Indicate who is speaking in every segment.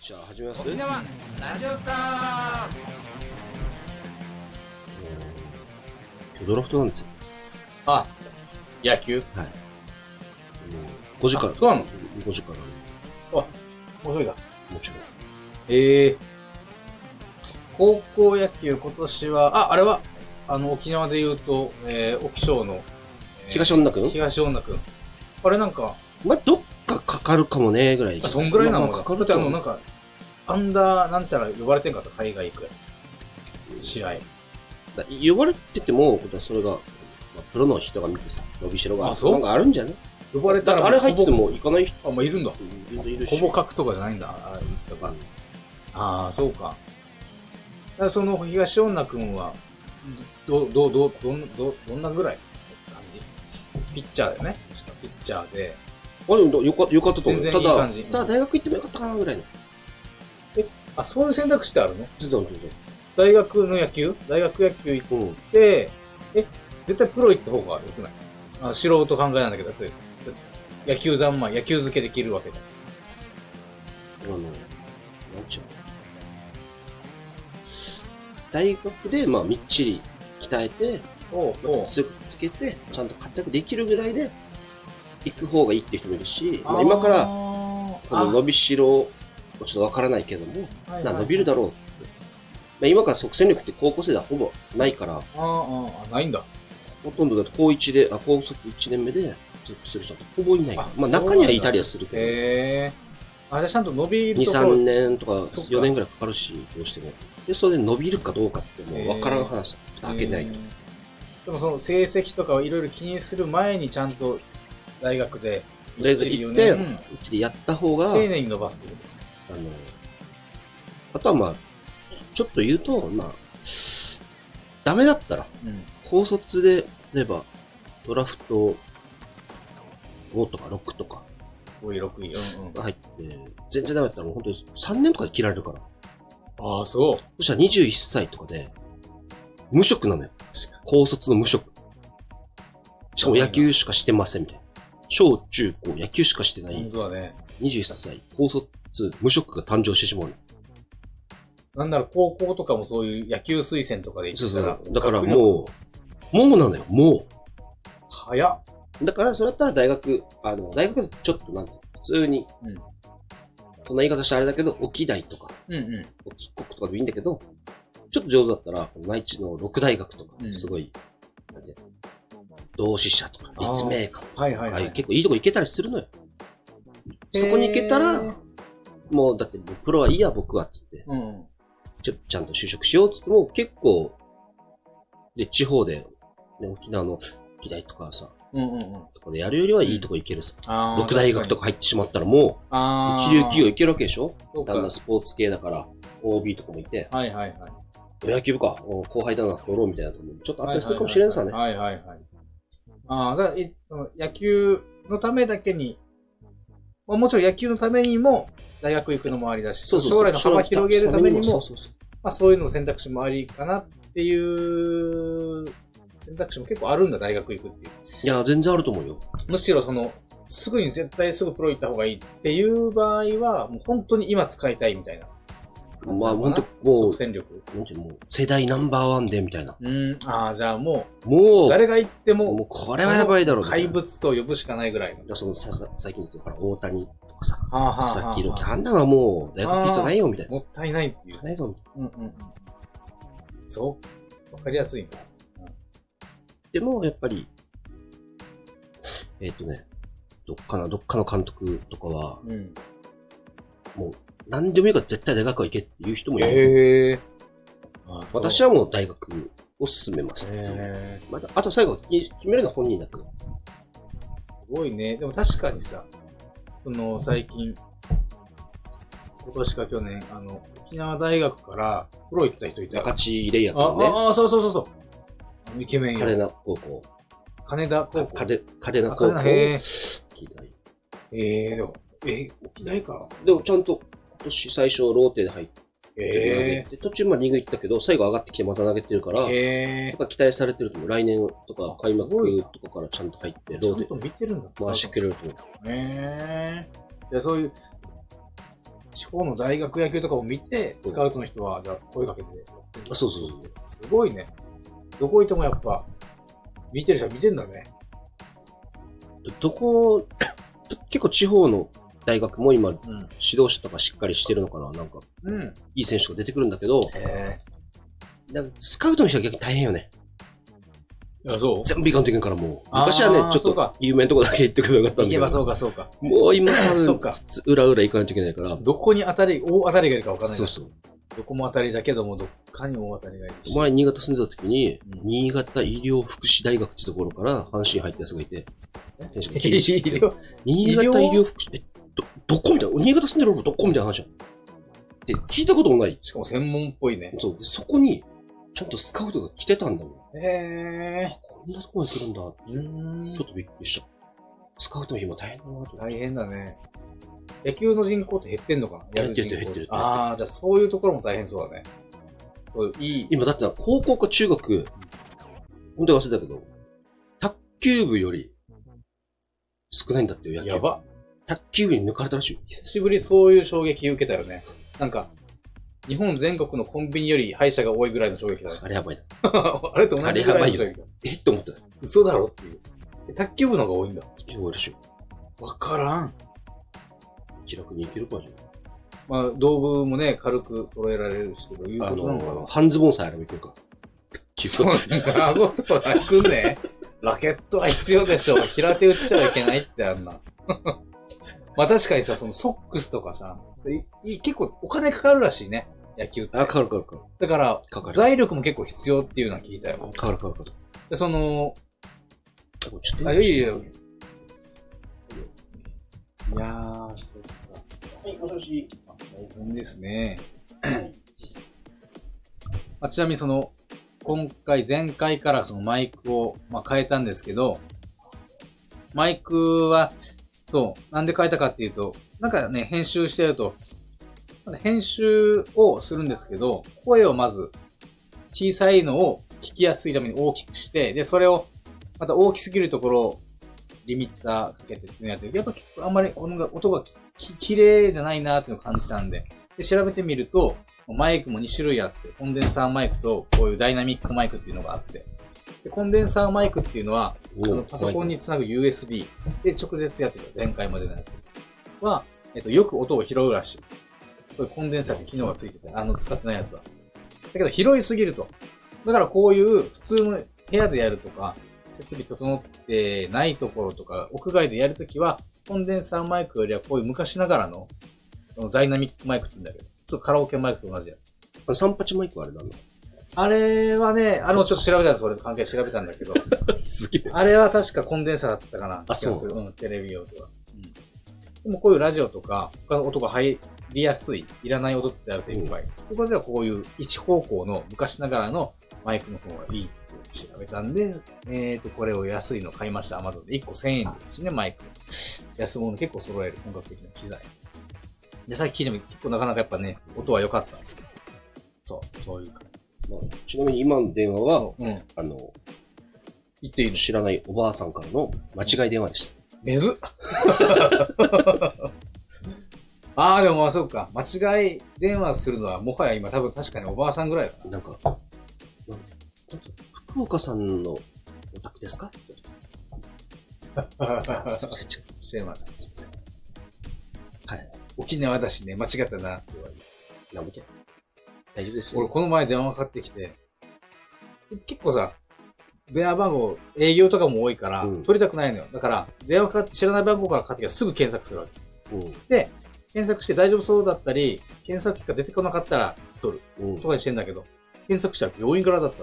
Speaker 1: じゃあ始めます
Speaker 2: 沖縄ラジオスター
Speaker 1: ドラフトなんですよ。
Speaker 2: あ、野球
Speaker 1: はい。もう5時から。
Speaker 2: あそうなの
Speaker 1: ?5 時から。
Speaker 2: 面白いだ。
Speaker 1: もちろん。
Speaker 2: ええ高校野球今年は、あ、あれは、あの、沖縄で言うと、えー、沖章の、えー
Speaker 1: 東女君
Speaker 2: 東女君。あれなんか、
Speaker 1: まあ、どっかかかるかもね、ぐらい。
Speaker 2: あそんぐらいなの
Speaker 1: まあか
Speaker 2: か
Speaker 1: か
Speaker 2: か
Speaker 1: る
Speaker 2: っ
Speaker 1: と
Speaker 2: てあ
Speaker 1: 思
Speaker 2: の、
Speaker 1: う
Speaker 2: なんか、アンダーなんちゃら呼ばれてんかった、海外行く試合。
Speaker 1: だ呼ばれてても、それが、まあ、プロの人が見てさ、伸びしろが、
Speaker 2: あそう
Speaker 1: なんかあるんじゃない
Speaker 2: 呼ばれたら、
Speaker 1: あれ入ってても行かない人
Speaker 2: あ、もういるんだ。
Speaker 1: いるいる
Speaker 2: ほ
Speaker 1: し。
Speaker 2: ぼ格とかじゃないんだ、ああ言ったから。ああ、そうか。だからその東女君は、ど、ど、ど、どん、ど、どんなぐらいの感じピッチャーだよね。確かピッチャーで。
Speaker 1: あでもよかよかったと思う。
Speaker 2: 全
Speaker 1: た
Speaker 2: 然いい
Speaker 1: だ
Speaker 2: 感じ、
Speaker 1: ただ大学行ってもよかったかな、ぐらいの。
Speaker 2: あ、そういう選択肢ってあるの
Speaker 1: ずっとずっ
Speaker 2: 大学の野球大学野球行っ
Speaker 1: とうん。
Speaker 2: て、え、絶対プロ行った方が良くないあ素人考えなんだけど、だって野球三昧、野球漬けできるわけだ。
Speaker 1: あの、なんちゅうの。大学で、まあ、みっちり鍛えて、
Speaker 2: おう
Speaker 1: ま
Speaker 2: おう
Speaker 1: たつつけて、ちゃんと活躍できるぐらいで、行く方がいいって人もいるし、まあ、今から、この伸びしろ、ちょっとわからないけども、
Speaker 2: あ
Speaker 1: な伸びるだろうって。まあ、今から即戦力って高校生ではほぼないから、
Speaker 2: あーあー、あないんだ。
Speaker 1: ほとんどだって高1で、あ、高卒1年目で、ずっとする人ってほぼいないから。
Speaker 2: あ
Speaker 1: まあ、
Speaker 2: そうなんだ
Speaker 1: 中にはいたりはするけ
Speaker 2: へえ。あ、じゃあちゃんと伸び
Speaker 1: ど、
Speaker 2: る
Speaker 1: 2、
Speaker 2: ところ
Speaker 1: 3年とか
Speaker 2: そっか
Speaker 1: 4年ぐらいかかるし、どうしても。で、それで伸びるかどうかってもうわからん話だ。開けないと。
Speaker 2: でもその成績とかをいろいろ気にする前にちゃんと大学で
Speaker 1: とりあえず行って、うちでやった方が、
Speaker 2: 丁寧に伸ばすってこ
Speaker 1: あの、あとはまあ、ちょっと言うと、まあ、ダメだったら、
Speaker 2: と。うん。
Speaker 1: 高卒で、例えば、ドラフト5とか6とか
Speaker 2: 5位、6位。うんうん。
Speaker 1: が入って、全然ダメだったらもう本当に3年とかで切られるから。
Speaker 2: ああ、そ
Speaker 1: そ
Speaker 2: う。
Speaker 1: したら21歳とかで、無職なのよ。高卒の無職。しかも野球しかしてませんみたいな。小中高野球しかしてな
Speaker 2: 本
Speaker 1: い
Speaker 2: 当だね。
Speaker 1: 21歳、高卒無職が誕生してしまうの。
Speaker 2: なんなら高校とかもそういう野球推薦とかで行
Speaker 1: そう
Speaker 2: ってたら
Speaker 1: そう。。だからもう、もうなのよ、も
Speaker 2: う。早っ。
Speaker 1: う。だから、それだったら大学、あの、大学でちょっとなんて、普通に、
Speaker 2: うん
Speaker 1: こんな言い方したらあれだけど、沖大とか、
Speaker 2: うんうん。
Speaker 1: 沖国とかでもいいんだけど、ちょっと上手だったら、内地の六大学とか
Speaker 2: う、ん
Speaker 1: すごい、なんて同志社とか、
Speaker 2: あー
Speaker 1: 立命館とか、
Speaker 2: はいはい
Speaker 1: あ
Speaker 2: は
Speaker 1: あいう
Speaker 2: い。
Speaker 1: 結構いいとこ行けたりするのよ。そこに行けた
Speaker 2: へ
Speaker 1: ら
Speaker 2: ー、
Speaker 1: もうだって、プロはいいや、僕は、つって、
Speaker 2: うんうん。
Speaker 1: ちょちゃんと就職しようっつっても、結構、で、地方で、ね、沖縄の沖大とかさ、
Speaker 2: うんうんうん。
Speaker 1: とかでやるよりはいいとこ行けるさ。
Speaker 2: あ
Speaker 1: 六大学と
Speaker 2: か。
Speaker 1: か入ってしまったらもう、
Speaker 2: ああ。
Speaker 1: 一流企業行けるわけでしょ
Speaker 2: そうか
Speaker 1: だんだんスポーツ系だから、OB とかもいて、
Speaker 2: はいはいはい。
Speaker 1: 野球部か、お後輩だな、取ろうみたいなとこもちょっとあったりするかもしれんさね。
Speaker 2: はいはいはいはい。ああ、じゃあ、いその野球のためだけに、まあ、もちろん野球のためにも大学行くのもありだし、将来の幅広げるためにも、
Speaker 1: そうそうそう。
Speaker 2: まあ、そういうの選択肢もありかなっていう選択肢も結構あるんだ、大学行くっていう。
Speaker 1: いや、全然あると思うよ。
Speaker 2: むしろその、すぐに絶対すぐプロ行った方がいいっていう場合は、もう本当に今使いたいみたいな感じ
Speaker 1: ま
Speaker 2: な
Speaker 1: あ、
Speaker 2: の
Speaker 1: ほ
Speaker 2: か
Speaker 1: ん
Speaker 2: な。
Speaker 1: と、も
Speaker 2: 即戦力。
Speaker 1: う、なんていうのもう世代ナンバーワンで、みたいな。
Speaker 2: うん、ああ、じゃあも
Speaker 1: も
Speaker 2: う、
Speaker 1: う、
Speaker 2: 誰が行っても、
Speaker 1: もうこれはやばいだろうみたい
Speaker 2: 怪
Speaker 1: な。
Speaker 2: 物と呼ぶしかないぐらいの。
Speaker 1: いやそのさ、さ最近言ってた、ほら、大谷とかさ、
Speaker 2: はあはあ
Speaker 1: さっきの、
Speaker 2: は
Speaker 1: あんなのはもう、大学行く必要ないよ、みたい
Speaker 2: あ
Speaker 1: な。
Speaker 2: もったいないっていう。
Speaker 1: ないぞ
Speaker 2: うんうんうん。そう。わかりやすいな。
Speaker 1: でも、やっぱり、えっ、とね、どっかな、どっかの監督とかは、
Speaker 2: うん。
Speaker 1: 何でもいいから絶対大学は行けっていう人もいる。
Speaker 2: へえ。
Speaker 1: 私
Speaker 2: は、
Speaker 1: はもう大学を進めますっていう。
Speaker 2: へーす
Speaker 1: また、あと最後、き決めるのは本人だけど。
Speaker 2: ごいね。でも確かにさ、その、最近、今年か去年、あの、沖縄大学からプロ行った人いたよ。
Speaker 1: 中地レイヤー
Speaker 2: あ、
Speaker 1: とかね、
Speaker 2: あ、あ、そうそうそうそう。あのイケメン
Speaker 1: カレ
Speaker 2: よ。
Speaker 1: ナ高校、
Speaker 2: 金田
Speaker 1: か
Speaker 2: 高校。
Speaker 1: カレカレナ
Speaker 2: あ
Speaker 1: 高
Speaker 2: 金
Speaker 1: 校
Speaker 2: 田、へえ。
Speaker 1: 聞いたり
Speaker 2: ええ、でも、え、沖縄から
Speaker 1: でもちゃんと、今年最初ローテで入って投げ
Speaker 2: え
Speaker 1: て、途中まで2軍行ったけど、最後上がってきてまた投げてるから、
Speaker 2: え。
Speaker 1: やっ
Speaker 2: ええ。
Speaker 1: ぱ期待されてると思う。来年とか開
Speaker 2: あすごい
Speaker 1: 幕
Speaker 2: な
Speaker 1: とかからちゃんと入って、
Speaker 2: ち
Speaker 1: ロ
Speaker 2: ゃん
Speaker 1: ー
Speaker 2: と
Speaker 1: テ
Speaker 2: 見てるんだ。
Speaker 1: 回してくれると思う。
Speaker 2: へえ。いや、そういう、地方の大学野球とかを見て、スカウトの人は、じゃあ声かけてやってるんだ
Speaker 1: あそうそうそう。
Speaker 2: すごいね。どこ行ってもやっぱ、見てる人は見てんだね。
Speaker 1: どこ、結構地方の大学も今、
Speaker 2: うん。
Speaker 1: 指導者とかしっかりしてるのかななんか、
Speaker 2: うん。
Speaker 1: いい選手が出てくるんだけど、
Speaker 2: え
Speaker 1: なんかスカウトの人は逆に大変よね。
Speaker 2: え。そ
Speaker 1: 全部行かんといけんからもう。
Speaker 2: あー
Speaker 1: 昔はね、ちょっ
Speaker 2: そう
Speaker 1: と
Speaker 2: か
Speaker 1: 有名なとこだけ行ってくればよかったん
Speaker 2: 行
Speaker 1: だ
Speaker 2: け
Speaker 1: け
Speaker 2: ばそ
Speaker 1: ど、
Speaker 2: うかそうか。
Speaker 1: もう今多
Speaker 2: そ
Speaker 1: 分
Speaker 2: うか、
Speaker 1: つつ裏裏行かないといけないから、
Speaker 2: どこに当たり、大当たりがいるかわかんないか
Speaker 1: そう
Speaker 2: ら。
Speaker 1: そう。
Speaker 2: どこも当たりだけども、どっかに大当たりがいるし。
Speaker 1: 前、新潟住んでた時に、
Speaker 2: うん
Speaker 1: 新潟医療福祉大学ってところから阪神入ったやつがいて、選手が厳しくて
Speaker 2: よ。
Speaker 1: 新潟医療福祉、え、ど、どこみたいな、新潟住んでる俺どこみたいな話じゃん。で、聞いたこともない。
Speaker 2: しかも専門っぽいね。
Speaker 1: そう、でそこに、ちゃんとスカウトが来てたんだもん。
Speaker 2: へえ。
Speaker 1: こんなとこに来るんだ。ち
Speaker 2: うーん
Speaker 1: ょっとびっくりした。スカウトの日も大変だなと思って。
Speaker 2: 大変だね。野球の人口って減ってんのかな
Speaker 1: 減ってる
Speaker 2: 野
Speaker 1: 減
Speaker 2: 球人口
Speaker 1: ってる減ってる
Speaker 2: ああ、じゃあそういうところも大変そうだね。そういい。
Speaker 1: 今だってな高校か中学、本当に忘れたけど、卓球部より少ないんだってよ、野球。
Speaker 2: やば。
Speaker 1: 卓球部に抜かれたらしいよ。
Speaker 2: 久しぶりそういう衝撃受けたよね。なんか、日本全国のコンビニより歯医者が多いぐらいの衝撃だね。
Speaker 1: あれやばいな。
Speaker 2: あれと同じぐらいの衝撃だ。
Speaker 1: えって思った。
Speaker 2: 嘘だろっていう。え卓球部の方が多いんだ。
Speaker 1: 卓球部らしいよ。
Speaker 2: わからん。
Speaker 1: 気楽にいけるかじゃ。
Speaker 2: まあ、道具もね、軽く揃えられるし、とかいうん
Speaker 1: あ
Speaker 2: ことなのかな
Speaker 1: の、。半ズボンさえあればいけるか。
Speaker 2: そんな顎と楽ね。ラケットは必要でしょう。平手打ちちゃいけないってあんな。まあ確かにさ、そのソックスとかさ、いい結構お金かかるらしいね。野球って。
Speaker 1: あ、かかるかかるかか
Speaker 2: だから、
Speaker 1: る。かかる。
Speaker 2: 財力も結構必要っていうのは聞いたよ。
Speaker 1: かかるかかるかかる。
Speaker 2: で、その、
Speaker 1: ちょっと
Speaker 2: あ、いやいやいや。いやー、そっ
Speaker 1: は
Speaker 2: か。
Speaker 1: い、もしもし。
Speaker 2: 大変ですね。まあ、ちなみにその、今回、前回からそのマイクを、まあ、変えたんですけど、マイクは、そう、なんで変えたかっていうと、なんかね、編集してると、なんか編集をするんですけど、声をまず、小さいのを聞きやすいために大きくして、で、それを、また大きすぎるところを、リミッターかけてってやって、やっぱ結構あんまり音が、音がき綺麗じゃないなーっていうのを感じたんでで、調べてみると、マイクも2種類あって、コンデンサーマイクと、こういうダイナミックマイクっていうのがあって、でコンデンサーマイクっていうのは、あのパソコンにつなぐ USB で直接やってた、前回までのやつは、えっと、よく音を拾うらしい。そういうコンデンサーって機能がついてて、あの、使ってないやつは。だけど、拾いすぎると。だからこういう普通の部屋でやるとか、設備整ってないところとか、屋外でやるときは、コンデンサーマイクよりはこういう昔ながらの、そのダイナミックマイクって言うんだけど、そうカラオケマイクと同じやつ。
Speaker 1: あの三八マイクはあれなの
Speaker 2: あれはね、あの、ちょっと調べたんです、俺関係調べたんだけど、
Speaker 1: すげえ。
Speaker 2: あれは確かコンデンサーだったかな。
Speaker 1: あそう
Speaker 2: 気がするうん、テレビ用とは。うん。でもこういうラジオとか、他の音が入りやすい、いらない音ってあるといっぱい。そこではこういう一方向の昔ながらのマイクの方がいいって調べたんで、えーと、これを安いの買いました、Amazon で。1個1000円ですね、マイク。安物結構揃える、本格的な機材。で、さっき聞いても結構なかなかやっぱね、音は良かった。そう、そういう感じ。
Speaker 1: まあちなみに今の電話は、
Speaker 2: うん。
Speaker 1: あの、
Speaker 2: 言っていいの
Speaker 1: 知らないおばあさんからの間違い電話でした。
Speaker 2: めずっ ああ、でもまあそうか。間違い電話するのは、もはや今多分確かにおばあさんぐらいだな。
Speaker 1: なんか、ななんか福岡さんのお宅です か あすいません、違う
Speaker 2: 失礼します。
Speaker 1: すいません。
Speaker 2: 沖縄だしね、間違ったなって言われて。
Speaker 1: なんもけ大丈夫ですよ。
Speaker 2: 俺この前電話かかってきて、結構さ、電話番号、営業とかも多いから
Speaker 1: う、ん
Speaker 2: 取りたくないのよ。だから、電話かかって、知らない番号からかかってきたらすぐ検索するわけ。で、検索して大丈夫そうだったり、検索結果出てこなかったら取る。
Speaker 1: うん。うん
Speaker 2: と。かにしてんだけど、検索したら病院からだった。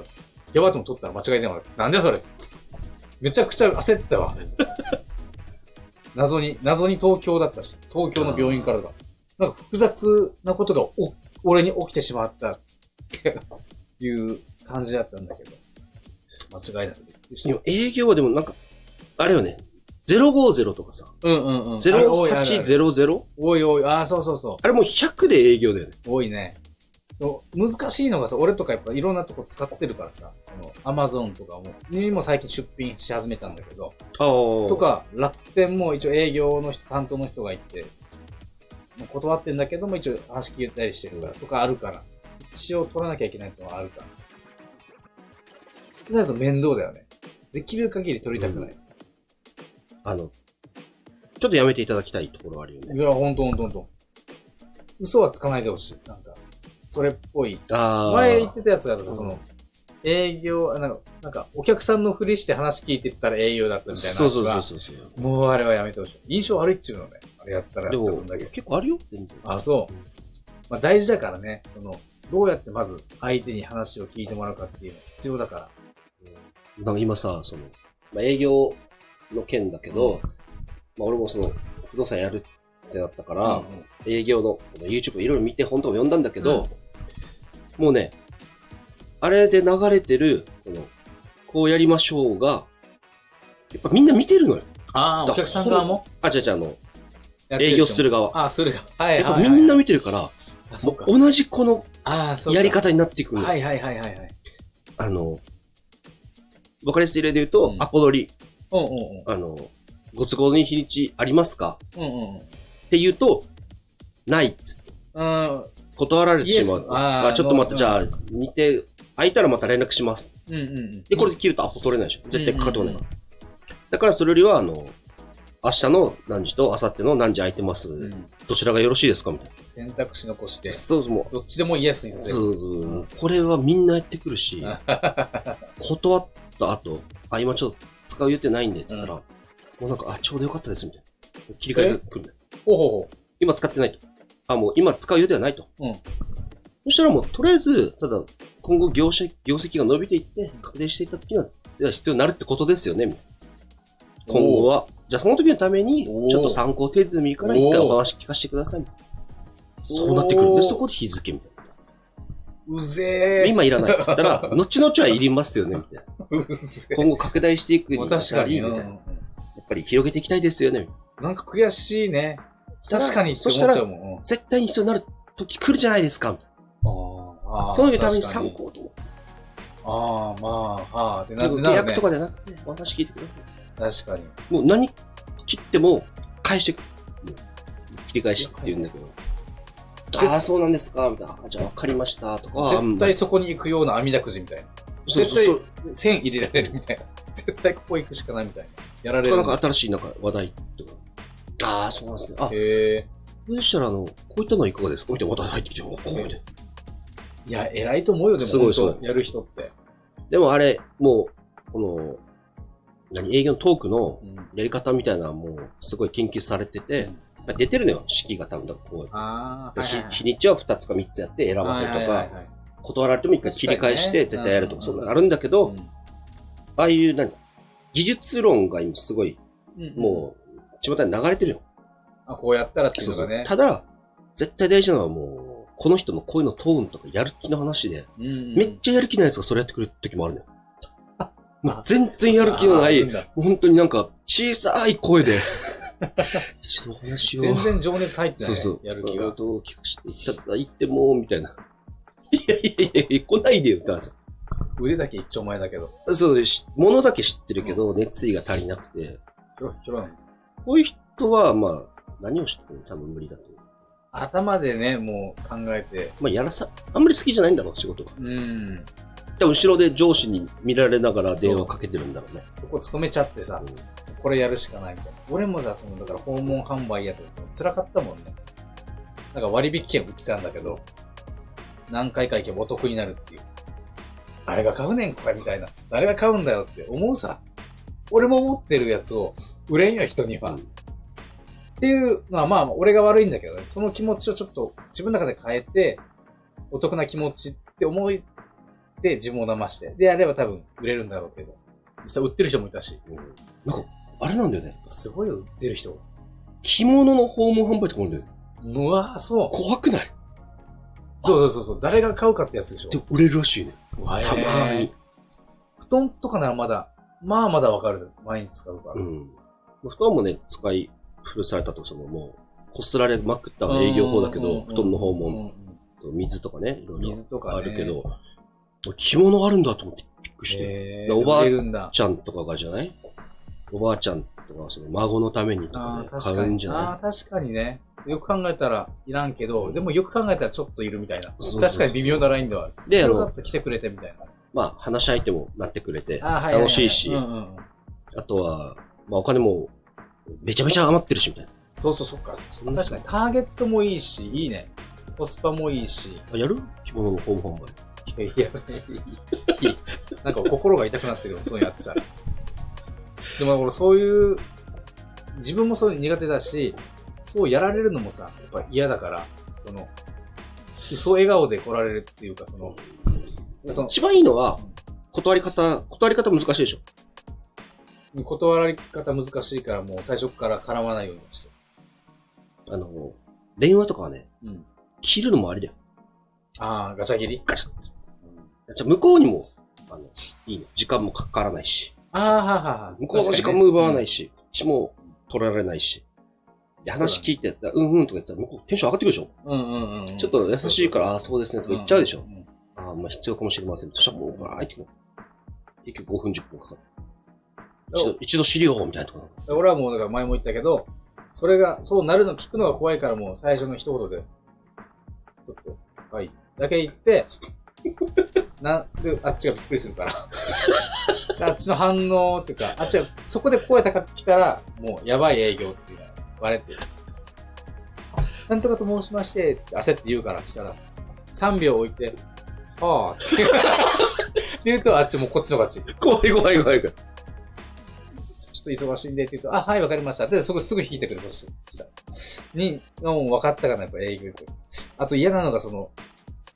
Speaker 2: やばいとも取ったら間違い電話だった。なんでそれめちゃくちゃ焦ったわ。謎に、謎に東京だったし、東京の病院からだ。なんか複雑なことがお俺に起きてしまったっていう感じだったんだけど。間違いなくびっくりし
Speaker 1: い
Speaker 2: た
Speaker 1: や営業はでもなんか、あれよね、050とかさ、
Speaker 2: うんうんうん。あれ多いあるある
Speaker 1: 0800?
Speaker 2: 多い多い。ああ、そうそうそう。
Speaker 1: あれもう100で営業だよね。
Speaker 2: 多いね。難しいのがさ、俺とかやっぱいろんなとこ使ってるからさ、その、アマゾンとかも、にも最近出品し始めたんだけど、
Speaker 1: ああ。
Speaker 2: と、か、楽天も一応営業の人、担当の人がいて、もう断ってんだけども、一応話聞いたりしてるから、とかあるから。一応取らなきゃいけないってのはあるから。ってなると面倒だよね。できる限り取りたくない。
Speaker 1: あの、ちょっとやめていただきたいところはあるよ
Speaker 2: い
Speaker 1: ね。
Speaker 2: や、ほんとほんとほんと。嘘はつかないでほしい。なんか、それっぽい。
Speaker 1: ああ。
Speaker 2: 前言ってたやつがあるさ
Speaker 1: うん
Speaker 2: その、営業、あなんか、なんかお客さんのふりして話聞いてったら営業だったみたいな話
Speaker 1: そう
Speaker 2: が。
Speaker 1: そうそうそうそう。
Speaker 2: もうあれはやめてほしい。印象悪いっちゅうのね。あれやったら
Speaker 1: で
Speaker 2: やった
Speaker 1: も
Speaker 2: 分だけ、。
Speaker 1: 結構あるよ、全然。
Speaker 2: あ、そう。まあ大事だからね。その、どうやってまず相手に話を聞いてもらうかっていうのは必要だから。
Speaker 1: うんなんか今さ、その、まあ、営業の件だけど、
Speaker 2: うん
Speaker 1: まあ俺もその、不動産やるってなったから、
Speaker 2: うんうん
Speaker 1: 営業のこの YouTube いろいろ見て本とか読んだんだけど、もうね、あれで流れてる、この、こうやりましょうが、やっぱみんな見てるのよ。
Speaker 2: ああ、お客さん側も
Speaker 1: あ、違う違う、あの、
Speaker 2: やって
Speaker 1: 営
Speaker 2: 人も
Speaker 1: 業する側。
Speaker 2: ああ、する側。はい
Speaker 1: やっ
Speaker 2: は
Speaker 1: ぱ
Speaker 2: いはい。
Speaker 1: みんな見てるから、
Speaker 2: あ、そうか。
Speaker 1: 同じこの
Speaker 2: ああ、そうか。
Speaker 1: やり方になっていくのよ。
Speaker 2: はいはいはいはいはい。
Speaker 1: あの、わかりやすい例で言うと、
Speaker 2: うん
Speaker 1: アポ取り、
Speaker 2: うんうん
Speaker 1: あの、ご都合に日にちありますか
Speaker 2: うん。うんうん
Speaker 1: って言うと、ないっつって
Speaker 2: うん。
Speaker 1: 断られてしま
Speaker 2: イエ
Speaker 1: う
Speaker 2: ス。あー
Speaker 1: あちょっと待っ
Speaker 2: う
Speaker 1: て、
Speaker 2: ん
Speaker 1: じゃあ、見て、空いたらまた連絡します。
Speaker 2: うんうんうん。
Speaker 1: で、これで切るとアポ取れないでしょ。絶対かかってこない
Speaker 2: うん
Speaker 1: か
Speaker 2: うんう
Speaker 1: ら。だからそれよりは、あの、明日の何時と明後日の何時空いてます。
Speaker 2: うんうん
Speaker 1: どちらがよろしいですかみたいな。
Speaker 2: 選択肢残して、
Speaker 1: そうそう、も
Speaker 2: どっちでもイエスに
Speaker 1: うそ
Speaker 2: させ
Speaker 1: う
Speaker 2: る。
Speaker 1: そうそう。これはみんなやってくるし、断った後、あ、今ちょっと使う予定ないんで、つったら、もうなんか、あ、ちょうどよかったです、みたいな。切り替えが来るんだよ。
Speaker 2: ほうほうほ
Speaker 1: 今使ってないと。あ、もう今使う予定はないと。
Speaker 2: うん
Speaker 1: そしたらもう、とりあえず、ただ、今後業者、業績が伸びていって、確定していった時には、では必要になるってことですよね、みたいな
Speaker 2: おー
Speaker 1: 今後は。じゃあその時のために
Speaker 2: おー、
Speaker 1: ちょっと参考程度でもいいから、一回
Speaker 2: おー
Speaker 1: お話聞かせてください。みたいなそうなってくる。
Speaker 2: おー。
Speaker 1: で、そこで日付みたいう
Speaker 2: うぜ
Speaker 1: な。
Speaker 2: え。
Speaker 1: 今いらないって言ったら、後々はいりますよね、みたいな。
Speaker 2: うぜえ。
Speaker 1: 今後拡大していくに
Speaker 2: まあ
Speaker 1: あ
Speaker 2: 確
Speaker 1: た
Speaker 2: か
Speaker 1: り
Speaker 2: に。う
Speaker 1: み
Speaker 2: んう
Speaker 1: たいな。や
Speaker 2: んうん
Speaker 1: っぱり広げていきたいですよね、みたい
Speaker 2: なんか悔しいね。
Speaker 1: な。
Speaker 2: 確かにって
Speaker 1: そし
Speaker 2: 思
Speaker 1: たら
Speaker 2: っちゃ、うもん。
Speaker 1: 絶対に必要になる時来るじゃないですか、みたいな。
Speaker 2: ああ
Speaker 1: そのために参。考と。
Speaker 2: 確かああ、まあ、ああ、ってなる
Speaker 1: 契約とか
Speaker 2: ね。
Speaker 1: でなくて、お話聞いてください。
Speaker 2: 確かに。
Speaker 1: もう何切っても返してくる。切り返しって言うんだけど。ああ、そうなんですか、みたいな。あじゃあ分かりました、とか。
Speaker 2: 絶対
Speaker 1: うん
Speaker 2: そこに行くような網だくじみたいな。
Speaker 1: そうそうそう。
Speaker 2: 線入れられるみたいな。 絶対ここ行くしかないみたいな。やられ
Speaker 1: とか
Speaker 2: る。
Speaker 1: なんか新しいなんか話題とか。ああ、そうなんですね。あ、
Speaker 2: へえ。
Speaker 1: そしたらあの、こういったのはいかがですかみたいな話題入ってきて、おこうみたいない
Speaker 2: や、偉いと思うよ、でも。
Speaker 1: すごい
Speaker 2: 本当
Speaker 1: すご
Speaker 2: やる人って。
Speaker 1: でもあれ、もう、この、何、営業のトークの
Speaker 2: うん
Speaker 1: やり方みたいなのはもう、すごい研究されてて、まあ出てるのよ、式が多分、だからこうやって
Speaker 2: ああ、
Speaker 1: だ
Speaker 2: はい
Speaker 1: か
Speaker 2: は
Speaker 1: ら
Speaker 2: いはい
Speaker 1: 日日にちは2つか3つやって選ばせると
Speaker 2: はいはい
Speaker 1: か
Speaker 2: はい、はい
Speaker 1: 断られても一回切り返して
Speaker 2: 確かにね
Speaker 1: 絶対やるとか、
Speaker 2: うんう
Speaker 1: そ
Speaker 2: ん
Speaker 1: んなのあるんだけど、ああいう何技術論が今すごい、
Speaker 2: うん
Speaker 1: もう、巷に流れてるよ。
Speaker 2: あ、こうやったらっていうのがね。
Speaker 1: ただ、絶対大事なのはもう、この人の声のトーンとかやる気の話で、
Speaker 2: うんうん
Speaker 1: めっちゃやる気ないやつがそれやってくる時もあるのよ。もう全然やる気のな
Speaker 2: ああある
Speaker 1: い
Speaker 2: ん、だ
Speaker 1: 本当になんか小さい声 で、一度お話を。
Speaker 2: 全然情熱入ってな
Speaker 1: そ
Speaker 2: い。
Speaker 1: うそう。
Speaker 2: やる気
Speaker 1: うん
Speaker 2: が。
Speaker 1: と聞かせていただいても、みたいな。いやいやいやいや、来ないでよって話さ。
Speaker 2: 腕だけ一丁前だけど。
Speaker 1: そうです。ものだけ知ってるけど、熱意が足りなくて。
Speaker 2: ひょろひょろなの
Speaker 1: こういう人は、まあ、何を知っても多分無理だと思う。
Speaker 2: 頭でね、もう考えて。
Speaker 1: まあ、やらさ、あんまり好きじゃないんだろう、仕事が。
Speaker 2: うん。
Speaker 1: 多分、後ろで上司に見られながら電話かけてるんだろうね。
Speaker 2: そこ勤めちゃってさ、これやるしかないみたいな。俺もだ、その、だから訪問販売やってたの辛かったもんね。なんか割引券売ってたんだけど、何回か行けばお得になるっていう。誰が買うねん、これみたいな。誰が買うんだよって思うさ。俺も持ってるやつを売れんよ、人には。
Speaker 1: うん
Speaker 2: っていうのは、まあ、俺が悪いんだけどね。その気持ちをちょっと自分の中で変えて、お得な気持ちって思いで自分を騙して。で、やれば多分売れるんだろうけど。実際売ってる人もいたし。
Speaker 1: うんうんなんか、あれなんだよね。
Speaker 2: すごいよ売ってる人。
Speaker 1: 着物の訪問販売とかもね、
Speaker 2: うわぁ、そう。
Speaker 1: 怖くない
Speaker 2: そうそうそうそう。誰が買うかってやつでしょ
Speaker 1: で。売れるらしいね。
Speaker 2: うわ
Speaker 1: たまーに。。
Speaker 2: 布団とかならまだ、まあまだわかるじゃん。毎日使うから。
Speaker 1: うん。布団もね、使い古されたと、そのもう、こすられまくった営業法だけ
Speaker 2: うんうん
Speaker 1: ど、
Speaker 2: うん
Speaker 1: 布団の方
Speaker 2: うん
Speaker 1: も、水とかね、いろ
Speaker 2: うん
Speaker 1: いろ
Speaker 2: 水とか、ね、
Speaker 1: あるけど、着物あるんだと思ってびっくりして。
Speaker 2: え
Speaker 1: おばあ
Speaker 2: 売れるんだ。
Speaker 1: ちゃんとかがじゃないおばあちゃんとか、その孫のためにとか
Speaker 2: あ
Speaker 1: で
Speaker 2: あ、
Speaker 1: 買
Speaker 2: 確か
Speaker 1: うんじ
Speaker 2: に。
Speaker 1: ゃ
Speaker 2: あ
Speaker 1: な
Speaker 2: あ、確かにね。よく考えたらいらんけど、でもよく考えたらちょっといるみたいな。
Speaker 1: そうそう
Speaker 2: 確かに微妙なラインではある。
Speaker 1: いで、あ
Speaker 2: よか
Speaker 1: の
Speaker 2: っ、た、来てくれてみたいな。
Speaker 1: まあ、話し相手もなってくれて、
Speaker 2: あーは
Speaker 1: 楽しいし
Speaker 2: うん、うんうん
Speaker 1: あとは、まあお金も、めちゃめちゃ余ってるし、みたいな。
Speaker 2: そうそう、そっか。
Speaker 1: そんな
Speaker 2: 確かに、ターゲットもいいし、いいね。コスパもいいし。
Speaker 1: あやる着物のホーム販売。
Speaker 2: いやいや、いいなんか心が痛くなってるよ、そういうやってたら。でも俺そういう、自分もそういうの苦手だし、そうやられるのもさ、やっぱ嫌だから、その、そう笑顔で来られるっていうか、その、その
Speaker 1: 一番いいのは、断り方、断り方難しいでしょ。
Speaker 2: 断られ方難しいからもう最初から絡まないようにして。
Speaker 1: あの、電話とかはね、
Speaker 2: うん。
Speaker 1: 切るのもあれだよ。
Speaker 2: ああ、ガチャ切り
Speaker 1: ガシッてじゃあ向こうにも、あの、いいね。時間もかからないし。
Speaker 2: ああ、ははは。
Speaker 1: 向こうの時間も奪わないいし、こっちも取られないし。で話聞いてやったら、うんうんとか言ったら、向こうテンション上がってくるでしょ、
Speaker 2: うんうんうんうん。
Speaker 1: ちょっと優しいから、ああ、そうですねとか言っちゃうでしょ、
Speaker 2: んんん
Speaker 1: ああ、まあ必要かもしれません。そしたらもう、バーいってこう。結局5分10分かかる。一度、一度資料みたいなところ。
Speaker 2: で俺はもう、だから前も言ったけど、それが、そうなるの聞くのが怖いからもう最初の一言で、ちょっと、はい、だけ言って、 な、で、あっちがびっくりするから。で あっちの反応っていうか、あっちが、そこで声高く来たら、もうやばい営業っていうのはバレてる。なんとかと申しまして、って焦って言うからしたら、3秒置いて、はぁ、って言う って言うと、あっちもこっちの勝ち。
Speaker 1: 怖い怖い怖い怖い。
Speaker 2: ちょっと忙しいんでって言うと、あ、はい、わかりました。で、そこすぐ引いてくれる、そしてそしたら。に、もう分かったかな、やっぱ営業って。あと嫌なのが、その、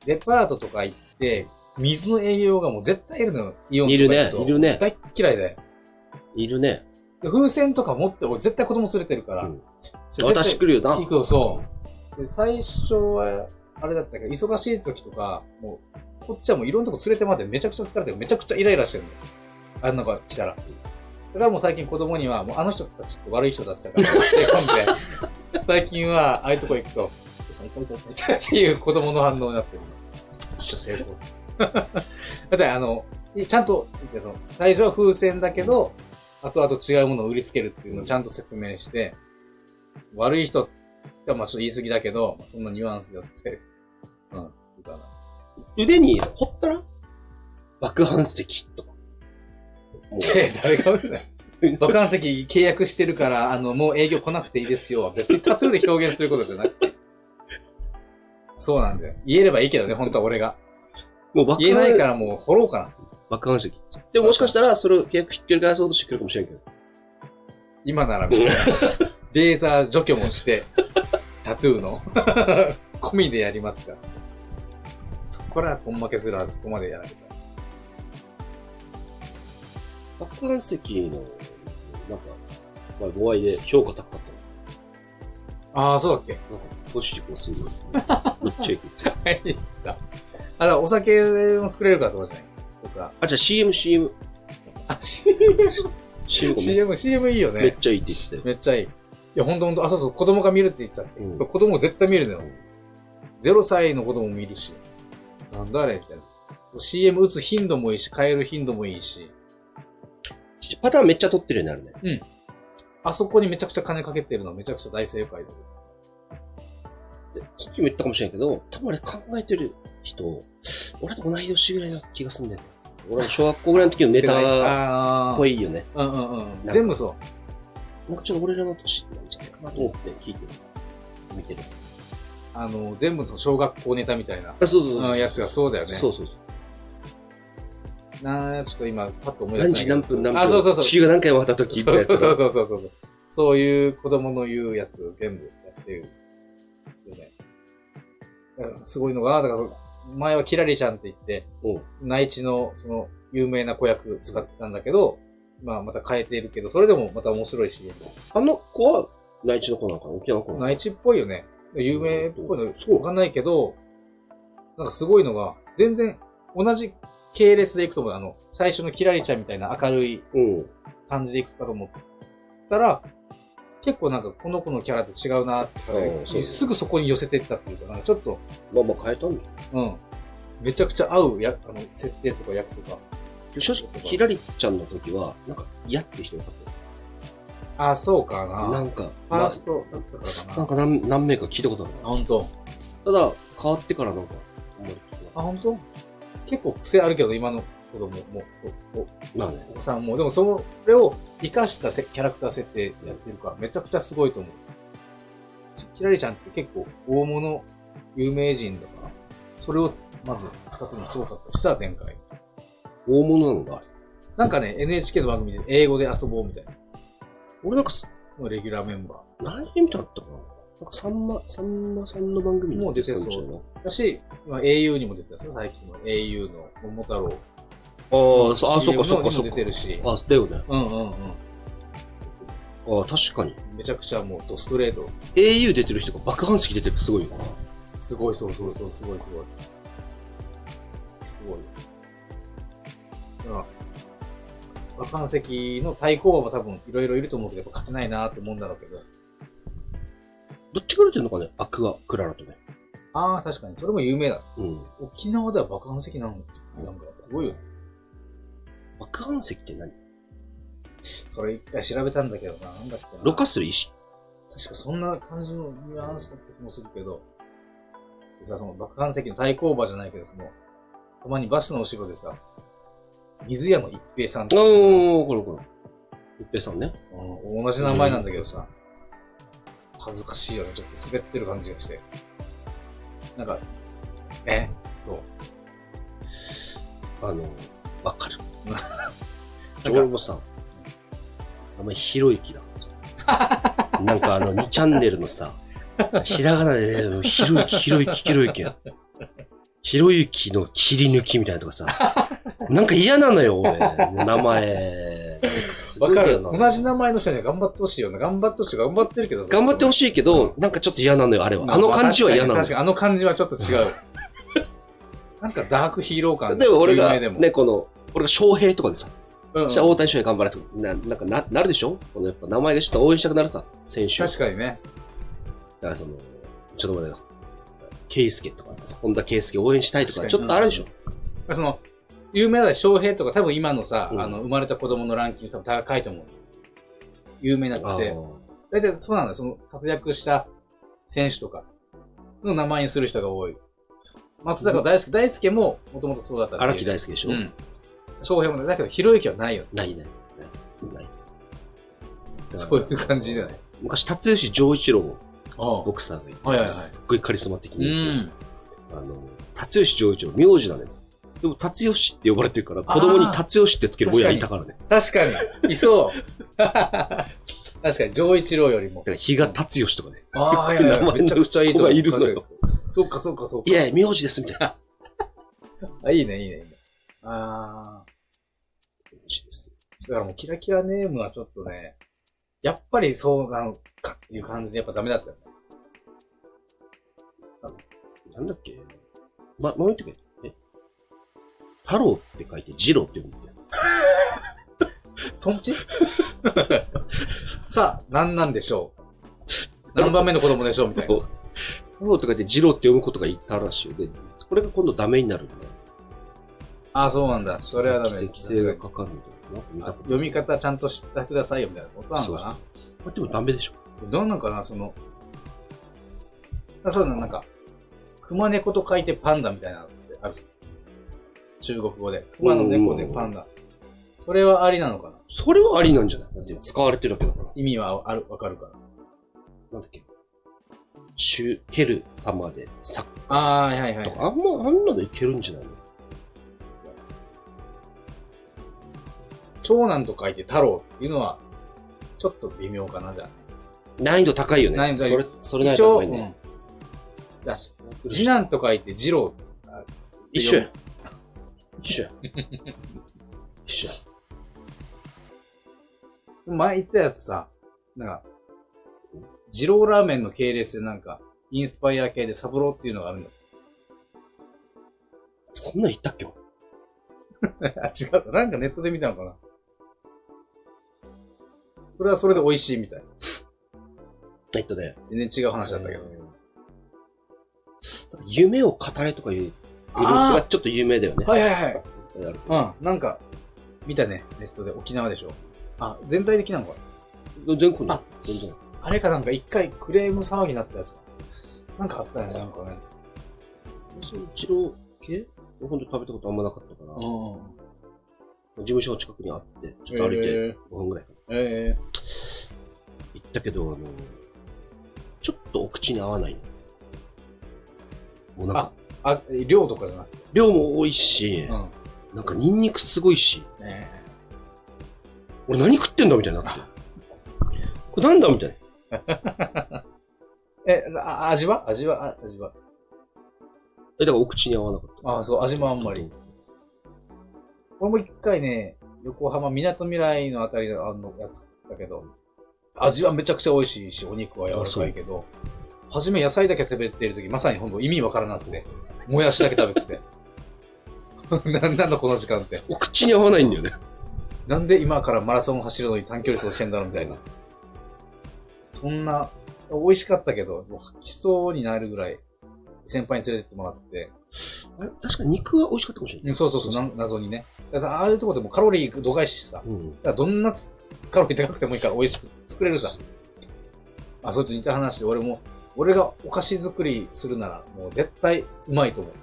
Speaker 2: デパートとか行って、水の営業がもう絶対いるのよ。イオンとか行くと
Speaker 1: いるねいるね
Speaker 2: 大っ嫌いだよ。
Speaker 1: いるね。
Speaker 2: で風船とか持って、俺絶対子供連れてるから。
Speaker 1: うん
Speaker 2: じゃあ絶対
Speaker 1: 私来るよな
Speaker 2: 行。くよ、そう。で、最初は、あれだったけど、忙しい時とか、もう、こっちはもういろんなとこ連れてまでめちゃくちゃ疲れてる、めちゃくちゃイライラしてるのよ。あんな子が来たら。だからもう最近子供には、もうあの人たちって悪い人たちだから、捨て込んで、最近は、ああいうとこ行くと、っていう子供の反応になってる。よっしゃ、成功。だってあの、ちゃんと、その最初は風船だけど、後々違うものを売りつけるっていうのをちゃんと説明して、悪い人って、まあちょっと言い過ぎだけど、そんなニュアンスでやって、うん、いいかな。
Speaker 1: 腕に、ほったら爆反石とか。もう
Speaker 2: え、 誰が売るんだよ。 爆破席契約してるから、あの、もう営業来なくていいですよ。別にタトゥーで表現することじゃなくて。 そうなんだよ。言えればいいけどね、本当は俺が。
Speaker 1: もう爆
Speaker 2: 言えない
Speaker 1: 破
Speaker 2: からもう掘ろうかな。
Speaker 1: 爆反石。でももしかしたら、それを契約ひっくり返そうとしてくるかもしれんけど。
Speaker 2: 今ならみたい な。レーザー除去もして、タトゥーの 込みでやりますから。そこら根負けすらあそこまでやられた。
Speaker 1: 爆破石の、なんか、まあ、合合で評価高かっ
Speaker 2: ああ、そうだっけ
Speaker 1: た。なんか、投資塾のすごい。めっちゃいく。
Speaker 2: はい。あ、だからお酒も作れるからとかじゃないとか。
Speaker 1: あ、じゃあ CM、CM。
Speaker 2: あ、CM、
Speaker 1: CM がめ
Speaker 2: CM、CM いいよ
Speaker 1: めっ
Speaker 2: ね。
Speaker 1: ちゃいいって言ってたよ。
Speaker 2: めっちゃいい。いや、ほんとほんと、あ、そうそう、子供が見るって言ってたって。
Speaker 1: うん
Speaker 2: そう子供絶対見るのよ。0歳の子供も見るし。なんだあれみたいな。CM 打つ頻度もいいし、変える頻度もいいし。
Speaker 1: パターンめっちゃ取ってるようになるね。
Speaker 2: あそこにめちゃくちゃ金かけてるのはめちゃくちゃ大正解だよ。
Speaker 1: でさっきも言ったかもしれないけど、多分あれ考えてる人、俺と同い年ぐらいな気がすんだよね。俺の小学校ぐらいの時のネタっ
Speaker 2: あー
Speaker 1: ぽいよね。
Speaker 2: うんうんうん。
Speaker 1: か
Speaker 2: 全部そう。
Speaker 1: なんかちょっと俺らの年なんじゃないかなと思って聞いてる。見てる。
Speaker 2: あの、全部そう、小学校ネタみたいな、
Speaker 1: あ、そうそうそう。
Speaker 2: うん、やつがそうだよね。
Speaker 1: そうそうそう。
Speaker 2: なーちょっと今、パッと思い出せ
Speaker 1: 何
Speaker 2: ない
Speaker 1: 時
Speaker 2: けど。
Speaker 1: 何分何分。
Speaker 2: あ、そうそうそう。
Speaker 1: 地球が何回回った時みたいなやつ
Speaker 2: そう
Speaker 1: が。
Speaker 2: そうそうそうそう。そういう子供の言うやつ全部やってるよね。だからすごいのが、だからその、前はキラリちゃんって言って、
Speaker 1: うん
Speaker 2: 内地のその有名な子役使ってたんだけど、まあまた変えているけど、それでもまた面白いし、
Speaker 1: あの子は内地の子なのかな沖縄の子なのかな
Speaker 2: 内地っぽいよね。有名っぽいの、そうわかんないけど、なんかすごいのが、全然同じ系列でいくと思う。あの、最初のキラリちゃんみたいな明るい
Speaker 1: うん。
Speaker 2: 感じでいくかと思ったら、結構なんかこの子のキャラと違うなって
Speaker 1: うんそう
Speaker 2: すぐそこに寄せていったっていうか、なんかちょっと、
Speaker 1: まあまあ変えたんだよ
Speaker 2: うん。めちゃくちゃ合うや、あの、設定とか役とか。
Speaker 1: 正直、ひらりちゃんの時は、なんか嫌って人よかったよ。
Speaker 2: あ、そうかな。
Speaker 1: なんか、
Speaker 2: フ
Speaker 1: まあ
Speaker 2: ァーストだったからか
Speaker 1: な
Speaker 2: な。
Speaker 1: ん
Speaker 2: あ、
Speaker 1: か何何名か聞いたことあるな。
Speaker 2: 本当。
Speaker 1: ただ、変わってからなんか、あんまり聞いて
Speaker 2: あ、本当。結構癖あるけど、今の子供も、おお
Speaker 1: ないまあね。
Speaker 2: お子さんも。でも、それを活かしたせキャラクター設定やってるから、めちゃくちゃすごいと思う。キラリちゃんって結構大物、有名人だから、それをまず使ってるのすごかった。した前回。
Speaker 1: 大物なのだ、あれ。
Speaker 2: なんかね、NHK の番組で英語で遊ぼうみたいな。
Speaker 1: 俺なんかす、
Speaker 2: もうレギュラーメンバ
Speaker 1: 何人見たったかななんかさんま、さんまさんの番組に
Speaker 2: もう出てそう
Speaker 1: 出たんちゃ
Speaker 2: ー。だし、まあ、au にも出てたんですよ、最近の au の桃太郎。
Speaker 1: なああ、そあ、そっ
Speaker 2: CM
Speaker 1: かそっ
Speaker 2: の
Speaker 1: か
Speaker 2: に
Speaker 1: そ
Speaker 2: も
Speaker 1: っ
Speaker 2: 出
Speaker 1: か
Speaker 2: て。るし。
Speaker 1: あ、だよね。
Speaker 2: うんうんうん。
Speaker 1: ああ、確かに。
Speaker 2: めちゃくちゃもうドストレート。
Speaker 1: au 出てる人が爆発式出てるってすごいよな。
Speaker 2: すごい、そうそうそう、すごい、すごい。すごい。だから、バカン席の対抗馬も多分いろいろいると思うけど、やっぱ勝てないなーって思うんだろうけど。
Speaker 1: どっちから出てるのかねアクア、クララとね。
Speaker 2: ああ、確かに。それも有名だ。
Speaker 1: うん。
Speaker 2: 沖縄ではバカン席なのなんか、すごいよね。
Speaker 1: 爆発石って何
Speaker 2: それ一回調べたんだけどな、なんだっけな。
Speaker 1: ろ過する石。
Speaker 2: 確かそんな感じのニュアンスだった気もするけど、でさ、その爆艦席の対抗馬じゃないけど、その、たまにバスの後ろでさ、水屋の一平さん
Speaker 1: ああ、
Speaker 2: とか、
Speaker 1: これこれ。一平さんね。
Speaker 2: うん同じ名前なんだけどさ、恥ずかしいよね、ちょっと滑ってる感じがして。なんか、ね、そう。
Speaker 1: あの、わかる。
Speaker 2: な
Speaker 1: 俺
Speaker 2: んか
Speaker 1: もさ、名前ひろゆきだ。なんかあの、2チャンネルのさ、ひらがなで、ね、ひろゆき、ひろゆき、ひろゆき。ひろゆきの切り抜きみたいなとかさ、なんか嫌なのよ、俺。もう名前。なんかすご
Speaker 2: わ
Speaker 1: い
Speaker 2: か
Speaker 1: 嫌
Speaker 2: る。
Speaker 1: な
Speaker 2: 同じ名前の人には頑張ってほしいよね。頑張ってほしい。頑張ってるけど
Speaker 1: 頑張ってほ
Speaker 2: しい。
Speaker 1: しいけど、なんかちょっと嫌なのよ、あれは。あの感じは嫌な
Speaker 2: 確か
Speaker 1: の
Speaker 2: に確かに、あの感じはちょっと違う。 なんかダークヒーロー感。
Speaker 1: でも俺
Speaker 2: 有
Speaker 1: が、
Speaker 2: 名でも
Speaker 1: ね、この、俺が翔平とかでさ、
Speaker 2: うんうん
Speaker 1: じゃあ大谷翔平頑張れとか、ななんかな、なるでしょこのやっぱ名前がちょっと応援したくなるさ、選手。
Speaker 2: 確かにね。
Speaker 1: だからその、ちょっと待ってよ。ケイスケとか、本田圭佑応援したいと
Speaker 2: 確
Speaker 1: か、
Speaker 2: かに
Speaker 1: ちょっとあるでしょ。
Speaker 2: その、有名な翔平とか多分今のさ、
Speaker 1: うん
Speaker 2: あの、生まれた子供のランキング多分高いと思う。有名な
Speaker 1: あ
Speaker 2: くて。
Speaker 1: ー
Speaker 2: 大体そうなんだよ。その活躍した選手とかの名前にする人が多い。松坂大輔、大輔ももともとそうだったっていう
Speaker 1: 荒木大輔でしょ。
Speaker 2: うん。翔平もねだけど、ひろゆきはないよ。
Speaker 1: ないない。ない。ない
Speaker 2: そういう感じじゃない。
Speaker 1: 昔、辰吉丈一郎、
Speaker 2: あ
Speaker 1: ボクサーがいて、
Speaker 2: はいはいはい
Speaker 1: すっごいカリスマ的
Speaker 2: う
Speaker 1: に、
Speaker 2: ん。
Speaker 1: あの、辰吉丈一郎、名字だね。でも、辰吉って呼ばれてるから、子供に辰吉ってつける親がいたからね。
Speaker 2: 確かに、いそう。 確かに、上一郎よりも
Speaker 1: だか。ら、比嘉辰吉とかね。
Speaker 2: ああ、いやいや、めちゃくちゃいいと思う。
Speaker 1: 名前の子がいるのよ
Speaker 2: 確かに。そうか、そうか、そうか。
Speaker 1: いやいや、名字です、みたいな。
Speaker 2: あ、いいね、いいね、いいね。あー。
Speaker 1: 名字です。
Speaker 2: だからもうキラキラネームはちょっとね、やっぱりそうなのかっていう感じでやっぱダメだったよね。
Speaker 1: なんだっけま、もう一回。え太郎って書いて、二郎って読むんだよ。
Speaker 2: トンチさあ、何なんでしょう何番目の子供でしょうみたい
Speaker 1: そ
Speaker 2: な。
Speaker 1: う。太郎とかでジローって読むことがいたらしいよ。で、これが今度ダメになるんだよ。
Speaker 2: ああ、そうなんだ。それはダメ。
Speaker 1: 規制規
Speaker 2: さす
Speaker 1: 制
Speaker 2: が
Speaker 1: が
Speaker 2: に
Speaker 1: かかるんだよ。なんか見た
Speaker 2: あ
Speaker 1: こと
Speaker 2: 読み方ちゃんと知ってくださいよみたいなことなのかな。
Speaker 1: これでもダメでしょ。
Speaker 2: どうなのかなその、あそうだな、なんか、熊猫と書いてパンダみたいなのってあるじゃん中国語で。熊の猫でパンダ。それはありなのかな
Speaker 1: それはありなんじゃないだって使われてるわけだから。
Speaker 2: 意味はある、わかるから。
Speaker 1: なんだっけ。シュ、蹴る球で、サッ
Speaker 2: ああー、はいはい
Speaker 1: と
Speaker 2: はい。
Speaker 1: か、あんま、あんなのいけるんじゃないの
Speaker 2: 長男と書いて太郎っていうのは、ちょっと微妙かな、じゃ
Speaker 1: 難易度高いよね。
Speaker 2: 難易度
Speaker 1: そ
Speaker 2: 高い
Speaker 1: れ、それ
Speaker 2: あ。
Speaker 1: ない
Speaker 2: 一
Speaker 1: と
Speaker 2: 応、
Speaker 1: 高いね。
Speaker 2: うんだ次男と書いて次郎。
Speaker 1: 一緒や。一緒や。 一緒や。
Speaker 2: 前言ったやつさ、なんか、二郎ラーメンの系列でなんか、インスパイア系でサブローっていうのが あるんだ
Speaker 1: そんなん言ったっけ俺
Speaker 2: あ、違うか。なんかネットで見たのかな。それはそれで美味しいみたい。
Speaker 1: えっとね。
Speaker 2: 全然違う話だったけど。
Speaker 1: うん夢を語れとかいうグループがちょっと有名だよね。
Speaker 2: はいはいはい。
Speaker 1: ある
Speaker 2: うん。なんか、見たね。ネットで。沖縄でしょ。あ、全体的なのか。
Speaker 1: 全国
Speaker 2: あ
Speaker 1: の。全然。
Speaker 2: あれかなんか一回クレーム騒ぎになったやつか。なんかあったよね、なんかね。
Speaker 1: その一郎系ほんと食べたことあんまなかったから、事
Speaker 2: う
Speaker 1: 務所が近くにあって、ちょっと歩いて。5分ぐらいかな
Speaker 2: えー、え
Speaker 1: 行ったけど、あの、ちょっとお口に合わないの。もうなんか、
Speaker 2: ーあ、量とかじゃなくて。
Speaker 1: 量も多いし、
Speaker 2: うん。
Speaker 1: なんかニンニクすごいし、
Speaker 2: ね
Speaker 1: 俺何食ってんだみたいになって。これなんだみたいな。
Speaker 2: え。え、あ味は味はあ味は。
Speaker 1: え、だからお口に合わなかった。
Speaker 2: あそう、味もあんまり。。俺も一回ね、横浜、港未来のあたりのあのやつだけど、味はめちゃくちゃ美味しいし、お肉は柔らかいけど、初め野菜だけ食べてるとき、まさに本当意味わからなくて、もやしだけ食べて て。なんなんだこの時間って。
Speaker 1: お口に合わないんだよね。
Speaker 2: なんで今からマラソン走るのに短距離走してんだろうみたいな。そんな、美味しかったけど、もう吐きそうになるぐらい、先輩に連れてってもらって、
Speaker 1: あ確かに肉は美味しかったかもしれ
Speaker 2: う
Speaker 1: ない。
Speaker 2: んそうそうそうな、謎にね。だからああいうとこでもカロリー度外視してさ、
Speaker 1: うん。
Speaker 2: だからどんなつカロリー高くてもいいから美味しく作れるさ。あ、それと似た話で、俺も、俺がお菓子作りするなら、もう絶対うまいと思う。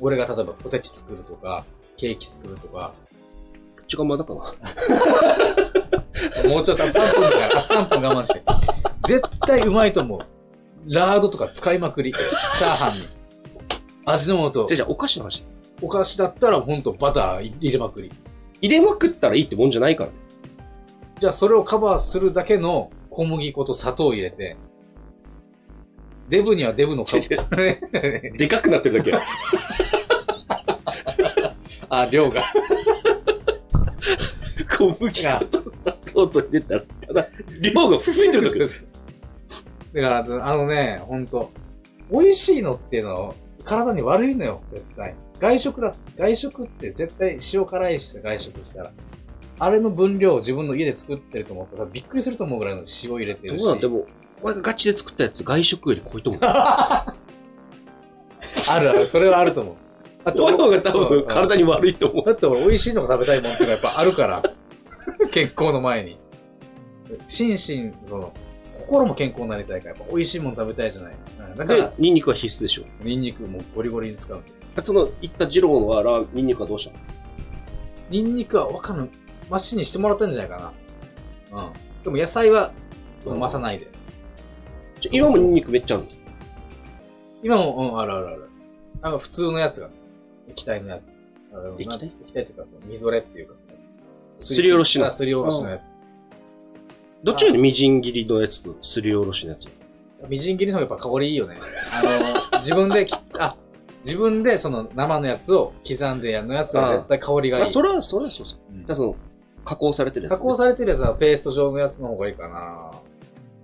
Speaker 2: 俺が例えばポテチ作るとか、ケーキ作るとか、
Speaker 1: 口がまだかな。
Speaker 2: もうちょっとあと3分だから、あと3分我慢して。絶対うまいと思う。ラードとか使いまくり。チャーハンに。味の素
Speaker 1: じゃ。あじゃあお菓子の話。
Speaker 2: お菓子だったらほんとバター入れまくり。
Speaker 1: 入れまくったらいいってもんじゃないから。
Speaker 2: じゃあそれをカバーするだけの小麦粉と砂糖を入れて、デブにはデブの顔。
Speaker 1: でかくなってるだけ。
Speaker 2: あ、量が。
Speaker 1: 小麦粉と砂糖と入れたら、ただ、量が増えてるだけ。
Speaker 2: だから、あのね、ほんと、美味しいのっていうのは体に悪いのよ、絶対。外食だ、外食って絶対塩辛いしさ、外食したら。あれの分量を自分の家で作ってると思ったらびっくりすると思うぐらいの塩入れてるし。
Speaker 1: どうなんでも、お前がガチで作ったやつ、外食より濃いと思う。
Speaker 2: あるある、それはあると思う。あ
Speaker 1: お前の方が多分体に悪いと思う。
Speaker 2: だって俺美味しいのが食べたいもんっていうのはやっぱあるから。健康の前に。心身、その、心も健康になりたいから、やっぱ美味しいもの食べたいじゃない。うんだか
Speaker 1: で
Speaker 2: ら、、
Speaker 1: ニンニクは必須でしょ。
Speaker 2: ニンニクもゴリゴリに使う。
Speaker 1: その、行った二郎のはラー、ニンニクはどうしたの
Speaker 2: ニンニクはわかんない。マシにしてもらったんじゃないかな。うん。でも野菜は、増さないで。
Speaker 1: ちょ今もニンニクめっちゃあるんです
Speaker 2: 今も、うん、あるあるある。あの、普通のやつが、液体のやつ。あの
Speaker 1: 液体
Speaker 2: なんて液体っていうか、その、みぞれっていうか、
Speaker 1: すりおろしの
Speaker 2: あすりおろしのやつ。
Speaker 1: どっちよりみじん切りのやつとすりおろしのやつ。
Speaker 2: みじん切りの方がやっぱ香りいいよね。あの、 自分で切っあ、自分でその生のやつを刻んでやるのやつは絶対香りがいい。
Speaker 1: あ、そら、そらそうさ。
Speaker 2: うん
Speaker 1: じゃあその、加工されてるやつね、
Speaker 2: 加工されてるやつはペースト状のやつの方がいいかな。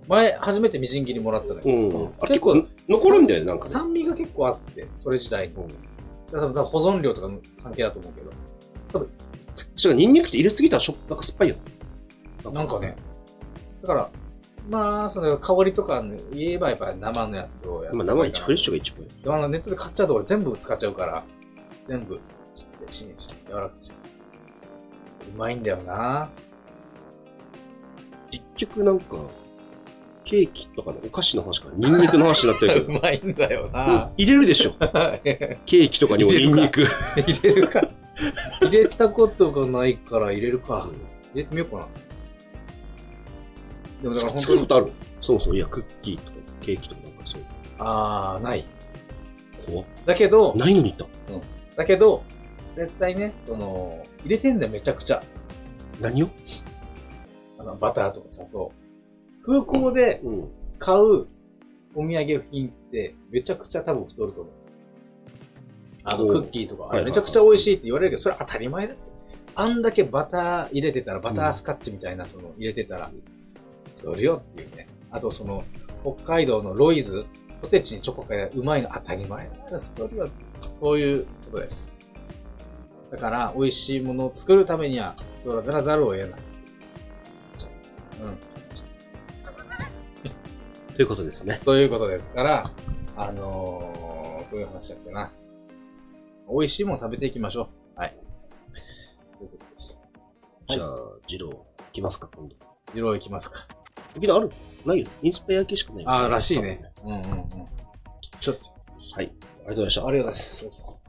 Speaker 2: 前、初めてみじん切りもらったのよ。
Speaker 1: うん。あれ結構、残るんだよね、なんかね。
Speaker 2: 酸味が結構あって、それ自体に。だから多分保存量とかの関係だと思うけど。
Speaker 1: しかもニンニクって入れすぎたらしょっ、なんか酸っぱいよ。
Speaker 2: なんかね。だから、まあ、その香りとかね言えばやっぱり生のやつをやって
Speaker 1: まあ、生一、フレッシュが一番いい。
Speaker 2: でもあのネットで買っちゃうと俺全部使っちゃうから、全部切って、チンして、柔らかくして。うまいんだよな
Speaker 1: 結局なんか、ケーキとかのお菓子の話からニンニクの話になってるけど。
Speaker 2: まいんだよ
Speaker 1: う ん入れるでしょ。
Speaker 2: 入
Speaker 1: ケーキとかにもニンニク。
Speaker 2: れるか。入れたことがないから入れるか。入れてみようかな。でもだから本
Speaker 1: 作
Speaker 2: 当
Speaker 1: るこ
Speaker 2: に、
Speaker 1: とあるそもそも、いや、クッキーとかケーキとかなんかそう。
Speaker 2: あー、ない。
Speaker 1: 怖っ
Speaker 2: だけど、
Speaker 1: ないのに行っ
Speaker 2: だけど、絶対ね、その、入れてんだよ、めちゃくちゃ。
Speaker 1: た。何を
Speaker 2: あの、バターとか砂糖。空港で、
Speaker 1: うん。
Speaker 2: 買うお土産品ってめちゃくちゃ多分太ると思う。あの、
Speaker 1: おう
Speaker 2: クッキーとか、
Speaker 1: はいはいはい
Speaker 2: めちゃくちゃ美味しいって言われるけど、それ当たり前だって。あんだけバター入れてたら、バタースカッチみたいな、その、入れてたら、太るよっていうね。あと、その、北海道のロイズ、ポテチにチョコがうまいの当たり前だから太るよって。そういうことです。だから、美味しいものを作るためには、太らざるを得ない。うん。
Speaker 1: ということですね。
Speaker 2: ということですから、あのー、どういう話だっけな。美味しいもの食べていきましょう。はい。ということです
Speaker 1: じゃあ、ジロー、行きますか、今度。
Speaker 2: 二郎行きますか。
Speaker 1: 沖縄あるないよ。インスパイア系しかないよ。
Speaker 2: ああ、らしいね。うんうんうん。ちょっと、
Speaker 1: はい。ありがとうございました。
Speaker 2: ありがとうございます。